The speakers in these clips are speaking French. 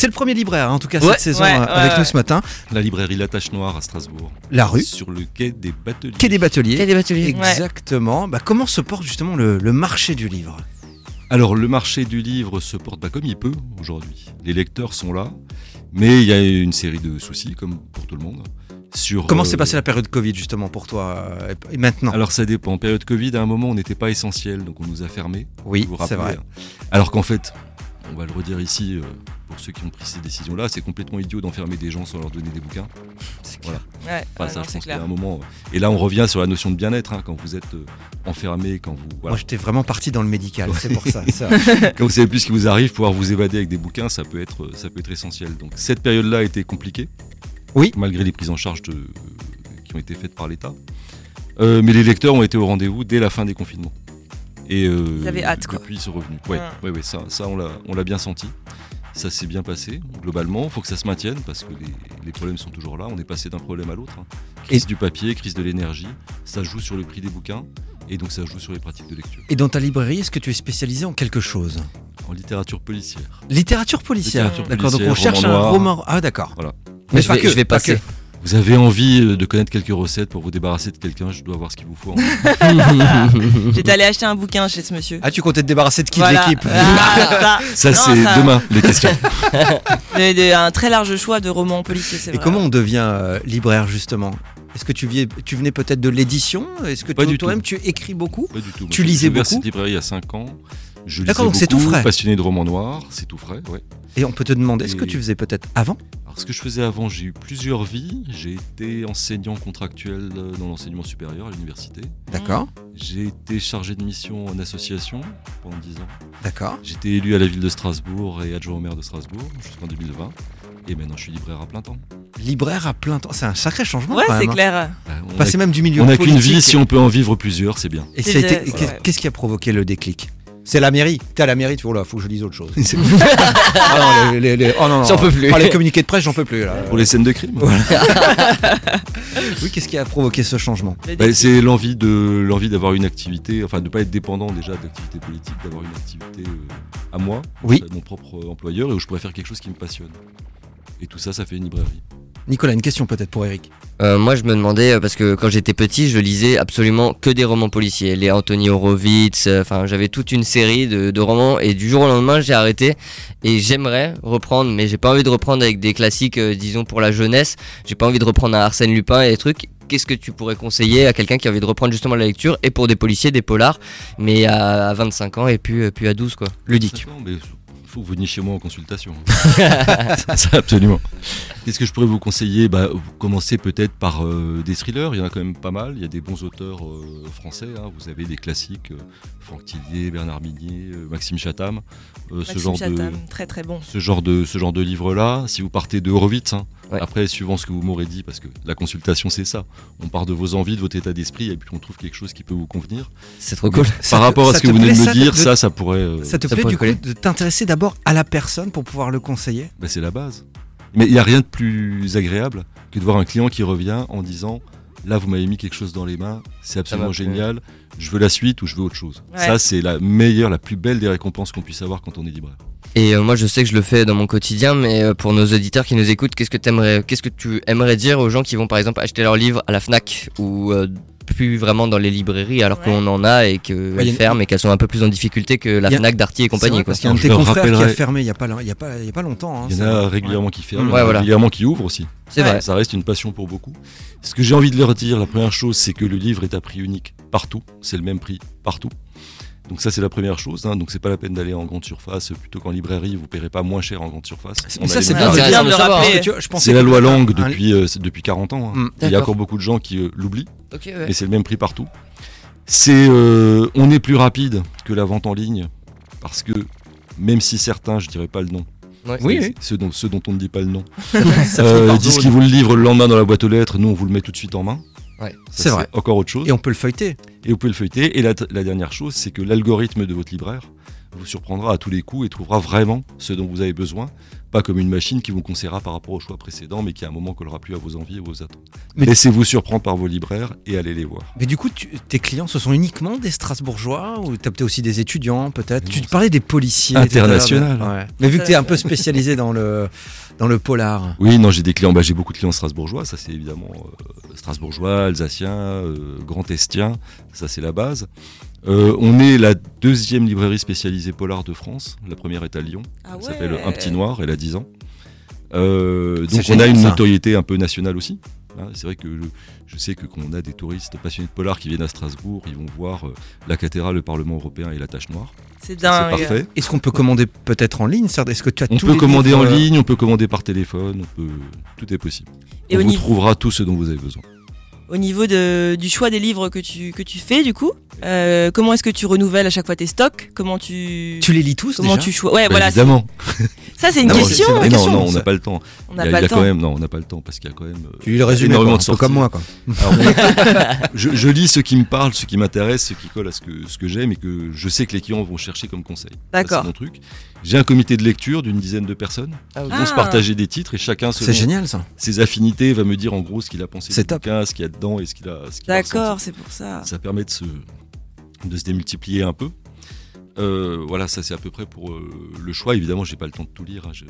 C'est le premier libraire, en tout cas, Ouais, cette saison ouais, euh, ouais, avec ouais. nous ce matin. La librairie La Tache Noire à Strasbourg. La rue, Sur le quai des Bateliers. quai des Bateliers. Il y a des bateliers. Exactement. Bah, comment se porte justement le, le marché du livre Alors, le marché du livre se porte pas comme il peut aujourd'hui. Les lecteurs sont là, mais il y a une série de soucis, comme pour tout le monde. Sur, Comment euh, s'est passée la période Covid justement pour toi euh, et maintenant Alors, ça dépend. En période Covid, à un moment, on n'était pas essentiel, donc on nous a fermés. Oui, vous vous c'est rappelez. vrai. Alors qu'en fait, on va le redire ici, euh, pour ceux qui ont pris ces décisions-là, c'est complètement idiot d'enfermer des gens sans leur donner des bouquins. Voilà. Ouais, Enfin, ouais, Ah non, ça, je c'est pense qu'il y a clair. un moment. euh, Et là, on revient sur la notion de bien-être, hein, quand vous êtes euh, enfermé, quand vous. voilà. Moi, j'étais vraiment parti dans le médical, c'est pour ça. ça. Quand vous savez plus ce qui vous arrive, pouvoir vous évader avec des bouquins, ça peut être, ça peut être essentiel. Donc cette période-là a été compliquée. Oui. Malgré les prises en charge de- euh, qui ont été faites par l'État. Euh, mais les lecteurs ont été au rendez-vous dès la fin des confinements. Et euh, Ils avaient hâte, quoi. Depuis, ils sont revenus. Ouais, Ah. ouais, ouais, ça, ça on l'a on l'a bien senti. Ça s'est bien passé, globalement. Il faut que ça se maintienne parce que les, les problèmes sont toujours là. On est passé d'un problème à l'autre. hein. Crise du papier, crise de l'énergie. Ça joue sur le prix des bouquins et donc ça joue sur les pratiques de lecture. Et dans ta librairie, est-ce que tu es spécialisé en quelque chose En littérature policière. Littérature policière. Littérature d'accord, donc on policière, cherche roman un noir. roman. Ah, d'accord. Voilà. Mais Mais je pas vais, que, je vais pas passer. Vous avez envie euh, de connaître quelques recettes pour vous débarrasser de quelqu'un, je dois voir ce qu'il vous faut. hein. en- J'étais allé acheter un bouquin chez ce monsieur. Ah, tu comptais te débarrasser de qui Voilà. de l'équipe Ah, Ça, Non, c'est ça- demain, les questions. ça. Et des- un très large choix de romans policiers, c'est Et vrai. comment on devient euh, libraire justement Est-ce que tu, viais- tu venais peut-être de l'édition Est-ce que Pas toi- du toi-même tu écris beaucoup Pas du tout. Moi, Tu lisais j'ai ouvert beaucoup cette librairie il y a 5 ans. Je lisais D'accord, donc beaucoup, c'est tout frais. passionné de romans noirs, c'est tout frais, ouais. Et on peut te demander est ce que Et- tu faisais peut-être avant Alors, ce que je faisais avant, j'ai eu plusieurs vies. J'ai été enseignant contractuel euh, dans l'enseignement supérieur à l'université. D'accord, Mm. J'ai été chargé de mission en association pendant 10 ans. d'accord. J'étais élu à la ville de Strasbourg et adjoint au maire de Strasbourg jusqu'en 2020. Et maintenant, je suis libraire à plein temps. Libraire à plein temps, c'est un sacré changement. Ouais, quand c'est même, hein. clair. Euh, on a- Passer même du milieu On n'a qu'une politique. vie, si on peut en vivre plusieurs, c'est bien. Et ça a été- C'est- qu'est- ouais. qu'est-ce qui a provoqué le déclic C'est la mairie. T'es à la mairie, tu vois là, faut que je lise autre chose. Ah non, les- les- les- oh non, non, J'en non. peux plus. Oh, les communiqués de presse, j'en peux plus là. Pour les scènes de crime Oui, qu'est-ce qui a provoqué ce changement Le Bah, dé- C'est l'envie de l'envie d'avoir une activité, enfin de ne pas être dépendant déjà d'activités politiques, d'avoir une activité euh, à moi, Oui. à mon propre euh, employeur, et où je pourrais faire quelque chose qui me passionne. Et tout ça, ça fait une librairie. Nicolas, une question peut-être pour Eric. Euh, moi, je me demandais, euh, parce que quand j'étais petit, je lisais absolument que des romans policiers. Les Anthony Horowitz, euh, enfin, j'avais toute une série de, de romans et du jour au lendemain, j'ai arrêté. Et j'aimerais reprendre, mais j'ai pas envie de reprendre avec des classiques, euh, disons, pour la jeunesse. J'ai pas envie de reprendre un Arsène Lupin et des trucs. Qu'est-ce que tu pourrais conseiller à quelqu'un qui a envie de reprendre justement la lecture et pour des policiers, des polars, mais à, à 25 ans et puis, euh, puis à 12, quoi. Ludique. D'accord, mais il faut que vous veniez chez moi en consultation. hein. Ça, absolument. Qu'est-ce que je pourrais vous conseiller bah, Vous commencez peut-être par euh, des thrillers, il y en a quand même pas mal. Il y a des bons auteurs euh, français. hein. Vous avez des classiques, euh, Franck Tillier, Bernard Minier, euh, Maxime Chatham. euh, Maxime ce genre de, Chatham, très très bon. ce genre de ce genre de livre là si vous partez de Horowitz hein, Ouais. après suivant ce que vous m'aurez dit parce que la consultation c'est ça on part de vos envies de votre état d'esprit et puis on trouve quelque chose qui peut vous convenir C'est trop cool. Ça par te- rapport à ça ce que te vous venez de plaît, me ça te- dire de- ça ça pourrait euh, Ça te Ça plaît pourrait du coup coller. de t'intéresser d'abord à la personne pour pouvoir le conseiller bah, c'est la base mais il n'y a rien de plus agréable que de voir un client qui revient en disant là vous m'avez mis quelque chose dans les mains c'est absolument m'a plu. génial je veux la suite ou je veux autre chose Ouais. ça c'est la meilleure la plus belle des récompenses qu'on puisse avoir quand on est libraire Et euh, moi, je sais que je le fais dans mon quotidien, mais euh, pour nos auditeurs qui nous écoutent, qu'est-ce que t'aimerais, qu'est-ce que tu aimerais dire aux gens qui vont par exemple acheter leurs livres à la Fnac ou euh, plus vraiment dans les librairies, alors Ouais. qu'on en a et il y a qu'elles une- ferment et qu'elles sont un peu plus en difficulté que la Il y a- Fnac, Darty et C'est vrai, compagnie. Quoi. Parce qu'il y a un de Je tes le confrères qui a rappellerai. fermé il n'y a, pas il y a, pas- il y a pas longtemps. hein, Il y c'est en a vrai. régulièrement qui ferment, il Ouais, y en a voilà. régulièrement qui ouvrent aussi. C'est Ouais. vrai. Ça reste une passion pour beaucoup. Ce que j'ai envie de leur dire, la première chose, c'est que le livre est à prix unique partout. C'est le même prix partout. Donc ça, c'est la première chose. hein. Donc c'est pas la peine d'aller en grande surface. Plutôt qu'en librairie, vous paierez pas moins cher en grande surface. C'est- On a ça, les c'est mêmes bien, Ah, c'est tarifs. bien de le intéressant de rappeler. Parce que tu- je pensais C'est la que- loi langue un- depuis, euh, c'est depuis 40 ans. hein. Mm. Il y a D'accord. encore beaucoup de gens qui euh, l'oublient Ok, ouais. et c'est le même prix partout. C'est, euh, on est plus rapide que la vente en ligne parce que même si certains, je dirais pas le nom, Ouais. Oui, oui. ceux dont, ceux dont on ne dit pas le nom, Ça fait euh, pardon. ils disent qu'ils vous le livrent le lendemain dans la boîte aux lettres, nous on vous le met tout de suite en main. Ouais. Ça, C'est vrai. Encore autre chose. Et on peut le feuilleter. Et vous pouvez le feuilleter. Et la, la dernière chose, c'est que l'algorithme de votre libraire vous surprendra à tous les coups et trouvera vraiment ce dont vous avez besoin, pas comme une machine qui vous conseillera par rapport au choix précédent, mais qui à un moment collera plus à vos envies et vos attentes. Mais- Laissez-vous surprendre par vos libraires et allez les voir. Mais du coup, tu- tes clients, ce sont uniquement des Strasbourgeois ou t'as peut-être aussi des étudiants, peut-être Tu te parlais des policiers. tout à l'heure, International. hein. mais- ouais. Mais vu que t'es un peu spécialisé dans le, dans le polar. Oui, non, j'ai des clients, bah, j'ai beaucoup de clients strasbourgeois, ça c'est évidemment euh, strasbourgeois, alsacien, euh, grand estien, ça c'est la base. Euh, on est la deuxième librairie spécialisée polar de France, la première est à Lyon, Ah elle s'appelle ouais. Un Petit Noir, elle a 10 ans. Euh, donc C'est on a génial, une ça. notoriété un peu nationale aussi. hein. C'est vrai que je, je sais que quand on a des touristes passionnés de polar qui viennent à Strasbourg, ils vont voir euh, la cathédrale, le Parlement européen et la Tache Noire. C'est C'est dingue. parfait. Est-ce qu'on peut commander peut-être en ligne ça Est-ce que tu as On tous peut les commander livres, en euh, ligne, on peut commander par téléphone, on peut... tout est possible. Et on au vous niveau, trouvera tout ce dont vous avez besoin. au niveau de- du choix des livres que tu, que tu fais, du coup, euh, comment est-ce que tu renouvelles à chaque fois tes stocks Comment tu. Tu les lis tous Comment déjà tu choisis Ouais, Bah, voilà. évidemment. Ça, c'est une Non, mais question. c'est une mais vraie non, question, non, on ça. n'a pas le temps. On n'a Il y a- pas il y le a quand temps. même, non, on n'a pas le temps parce qu'il y a quand même. euh, Tu lis le résumé, quoi, Énormément un de peu comme sorties. moi. Quoi. alors, on- je, je lis ce qui me parle, ce qui m'intéresse, ce qui colle à ce que, ce que j'aime et que je sais que les clients vont chercher comme conseil. Ça, D'accord. C'est mon truc. J'ai un comité de lecture d'une dizaine de personnes. qui vont Ah. se partager des titres et chacun C'est selon génial ça. ses affinités va me dire en gros ce qu'il a pensé C'est du top. bouquin, ce qu'il y a dedans et ce qu'il a. ce qu'il a D'accord, c'est pour ça. ça permet de se, de se démultiplier un peu. Euh, voilà, ça c'est à peu près pour euh, le choix. Évidemment, j'ai pas le temps de tout lire. hein. Je-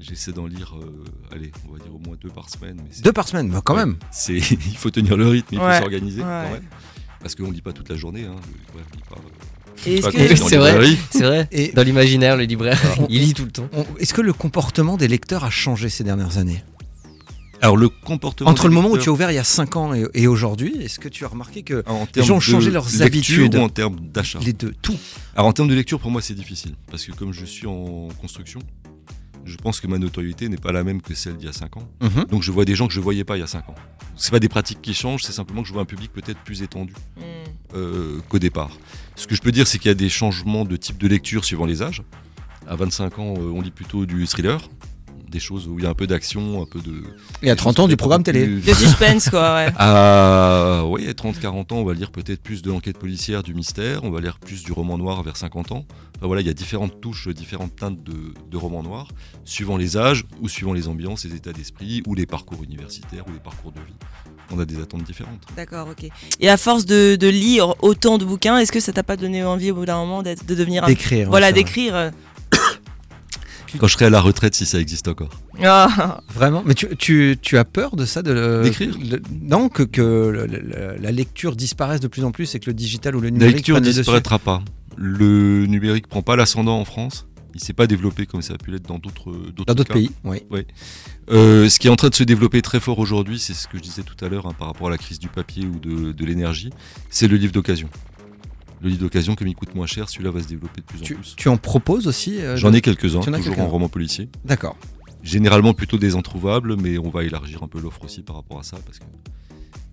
J'essaie d'en lire, euh, allez, on va dire au moins deux par semaine. Mais c'est- Deux par semaine, bah, quand Ouais, même. c'est- il faut tenir le rythme, il Ouais, faut s'organiser ouais. quand même. Parce qu'on lit pas toute la journée. Hein. Le libraire lit pas, euh, Et est-ce pas que- quand il est en C'est vrai. librairie. C'est vrai. Et Dans l'imaginaire, le libraire, Voilà. il lit tout le temps. on- est-ce que le comportement des lecteurs a changé ces dernières années Alors le comportement. Entre des le moment où tu as lecteurs, ouvert il y a 5 ans et, et aujourd'hui, est-ce que tu as remarqué que en termes gens ont changé de leurs lecture habitudes. ou en termes d'achat. les deux, tout Alors en termes de lecture, pour moi, c'est difficile. Parce que comme je suis en construction, je pense que ma notoriété n'est pas la même que celle d'il y a 5 ans. Donc je vois des gens que je voyais pas il y a 5 ans. C'est pas des pratiques qui changent, c'est simplement que je vois un public peut-être plus étendu Hmm. euh, qu'au départ. Ce que je peux dire, c'est qu'il y a des changements de type de lecture suivant les âges. À 25 ans, euh, on lit plutôt du thriller, des choses où il y a un peu d'action, un peu de. Et à 30 ans du programme télé. Le suspense, quoi, ouais. À Euh, oui, 30-40 ans, on va lire peut-être plus de l'enquête policière, du mystère, on va lire plus du roman noir vers 50 ans. Enfin, voilà, il y a différentes touches, différentes teintes de, de roman noir, suivant les âges ou suivant les ambiances, les états d'esprit ou les parcours universitaires ou les parcours de vie. On a des attentes différentes. D'accord, ok. Et à force de, de lire autant de bouquins, est-ce que ça t'a pas donné envie au bout d'un moment d'être- de devenir un. d'écrire. voilà, ça. d'écrire. euh, Quand je serai à la retraite, si ça existe encore. ah, Vraiment Mais tu, tu, tu as peur de ça de le- D'écrire le- Non, que, que le- le- la lecture disparaisse de plus en plus et que le digital ou le La numérique lecture prenne ne le dessus. disparaîtra pas. Le numérique prend pas l'ascendant en France. Il s'est pas développé comme ça a pu l'être dans d'autres Dans d'autres cas. pays, oui. Euh, ce qui est en train de se développer très fort aujourd'hui, c'est ce que je disais tout à l'heure hein, par rapport à la crise du papier ou de, de l'énergie, c'est le livre d'occasion. Le livre d'occasion, comme il coûte moins cher, celui-là va se développer de plus en Tu, plus. tu en proposes aussi euh, J'en ai quelques-uns, tu en as toujours quelques-uns. en roman policier. D'accord. Généralement plutôt des introuvables, mais on va élargir un peu l'offre aussi par rapport à ça, parce que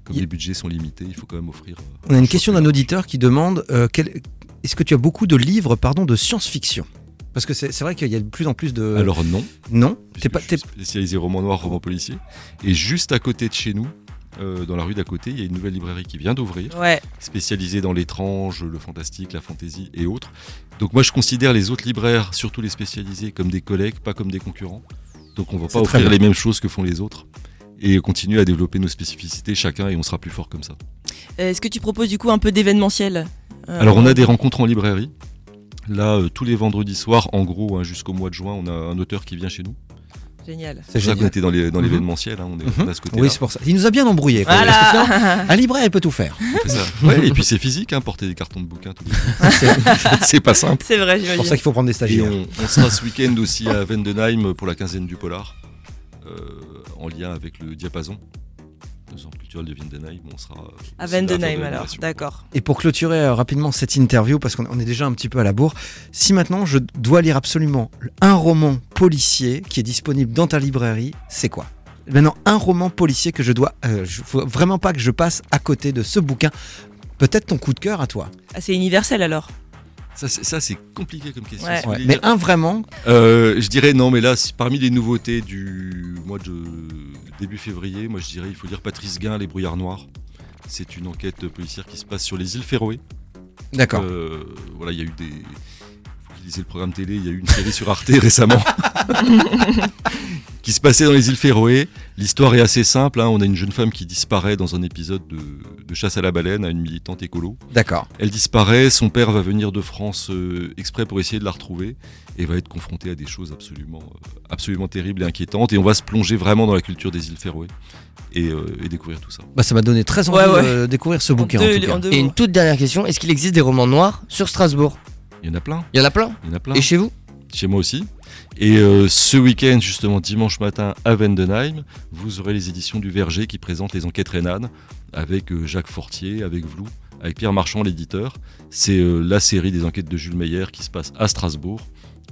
comme Il- les budgets sont limités, il faut quand même offrir. euh, On a une chose question plus d'un large. auditeur qui demande euh, quel- est-ce que tu as beaucoup de livres pardon, de science-fiction Parce que c'est c'est vrai qu'il y a de plus en plus de. Alors non. non euh, T'es puisque pas. je t'es- suis spécialisé roman noir, roman policier. Et juste à côté de chez nous, euh, dans la rue d'à côté, il y a une nouvelle librairie qui vient d'ouvrir. ouais. spécialisé dans l'étrange, le fantastique, la fantaisie et autres. Donc moi je considère les autres libraires, surtout les spécialisés, comme des collègues, pas comme des concurrents. Donc on va C'est pas très offrir bien. les mêmes choses que font les autres et continuer à développer nos spécificités chacun et on sera plus fort comme ça. Euh, Est-ce que tu proposes du coup un peu d'événementiel Euh, Alors on a des rencontres en librairie. Là euh, tous les vendredis soirs, en gros hein, jusqu'au mois de juin, on a un auteur qui vient chez nous. Génial. c'est C'est ça qu'on génial. était dans les- dans Mhm. l'événementiel, hein, on est on est à ce côté-là. Oui, c'est pour ça. Il nous a bien embrouillé. quoi. Parce que finalement, Voilà. un libraire, il peut tout faire. On fait ça. Ouais, et puis c'est physique, hein, porter des cartons de bouquins tous les jours. Ah, c'est pas simple. C'est C'est vrai, pour ça j'imagine. qu'il faut prendre des Et stagiaires. on, on sera ce week-end aussi à Vendenheim pour la quinzaine du Polar, euh, en lien avec le diapason. Le centre culturel de Vendenheim, on sera. À euh, aussi là pour Vendenheim la alors, réalisation. d'accord. Et pour clôturer euh, rapidement cette interview, parce qu'on on est déjà un petit peu à la bourre, si maintenant je dois lire absolument un roman policier qui est disponible dans ta librairie, c'est quoi Maintenant, un roman policier que je dois. euh, je- faut vraiment pas que je passe à côté de ce bouquin. Peut-être ton coup de cœur à toi. Ah, c'est universel alors. Ça, c'est- ça, c'est compliqué comme question. Ouais. si vous Ouais. voulez Mais dire. un vraiment. Euh, je dirais non, mais là, c'est parmi les nouveautés du mois de début février, moi je dirais il faut lire Patrice Guin, Les Brouillards Noirs. C'est une enquête policière qui se passe sur les îles Féroé. D'accord. Euh, voilà, il y a eu des. lisez le programme télé, il y a eu une série sur Arte récemment qui se passait dans les îles Féroé. L'histoire est assez simple. hein. On a une jeune femme qui disparaît dans un épisode de, de Chasse à la baleine à une militante écolo. D'accord. Elle disparaît, son père va venir de France euh, exprès pour essayer de la retrouver et va être confronté à des choses absolument, euh, absolument terribles et inquiétantes. Et on va se plonger vraiment dans la culture des îles Féroé et, euh, et découvrir tout ça. Bah, ça m'a donné très envie Ouais, ouais. de découvrir ce bouquin. en deux, en tout cas. en deux Et mots. une toute dernière question, est-ce qu'il existe des romans noirs sur Strasbourg Il y en a plein, Il y en a plein il y en a plein. Et chez vous chez moi aussi. Et euh, ce week-end, justement, dimanche matin à Vendenheim, vous aurez les éditions du Verger qui présentent les enquêtes rhénanes avec euh, Jacques Fortier, avec Vlou, avec Pierre Marchand, l'éditeur. C'est euh, la série des enquêtes de Jules Meyer qui se passe à Strasbourg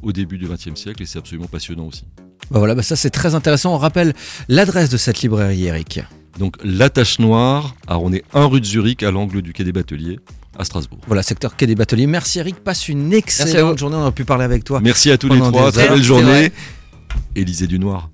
au début du XXe siècle et c'est absolument passionnant aussi. Bah voilà, bah ça c'est très intéressant. On rappelle l'adresse de cette librairie, Eric. Donc, La Tache Noire, alors on est 1 rue de Zurich à l'angle du quai des Bateliers à Strasbourg. Voilà, secteur quai des bateliers. Merci Eric, passe une excellente journée. On aurait pu parler avec toi. Merci à tous les Pendant trois, des très heures, belle c'est vrai. journée. Élisée du Noir.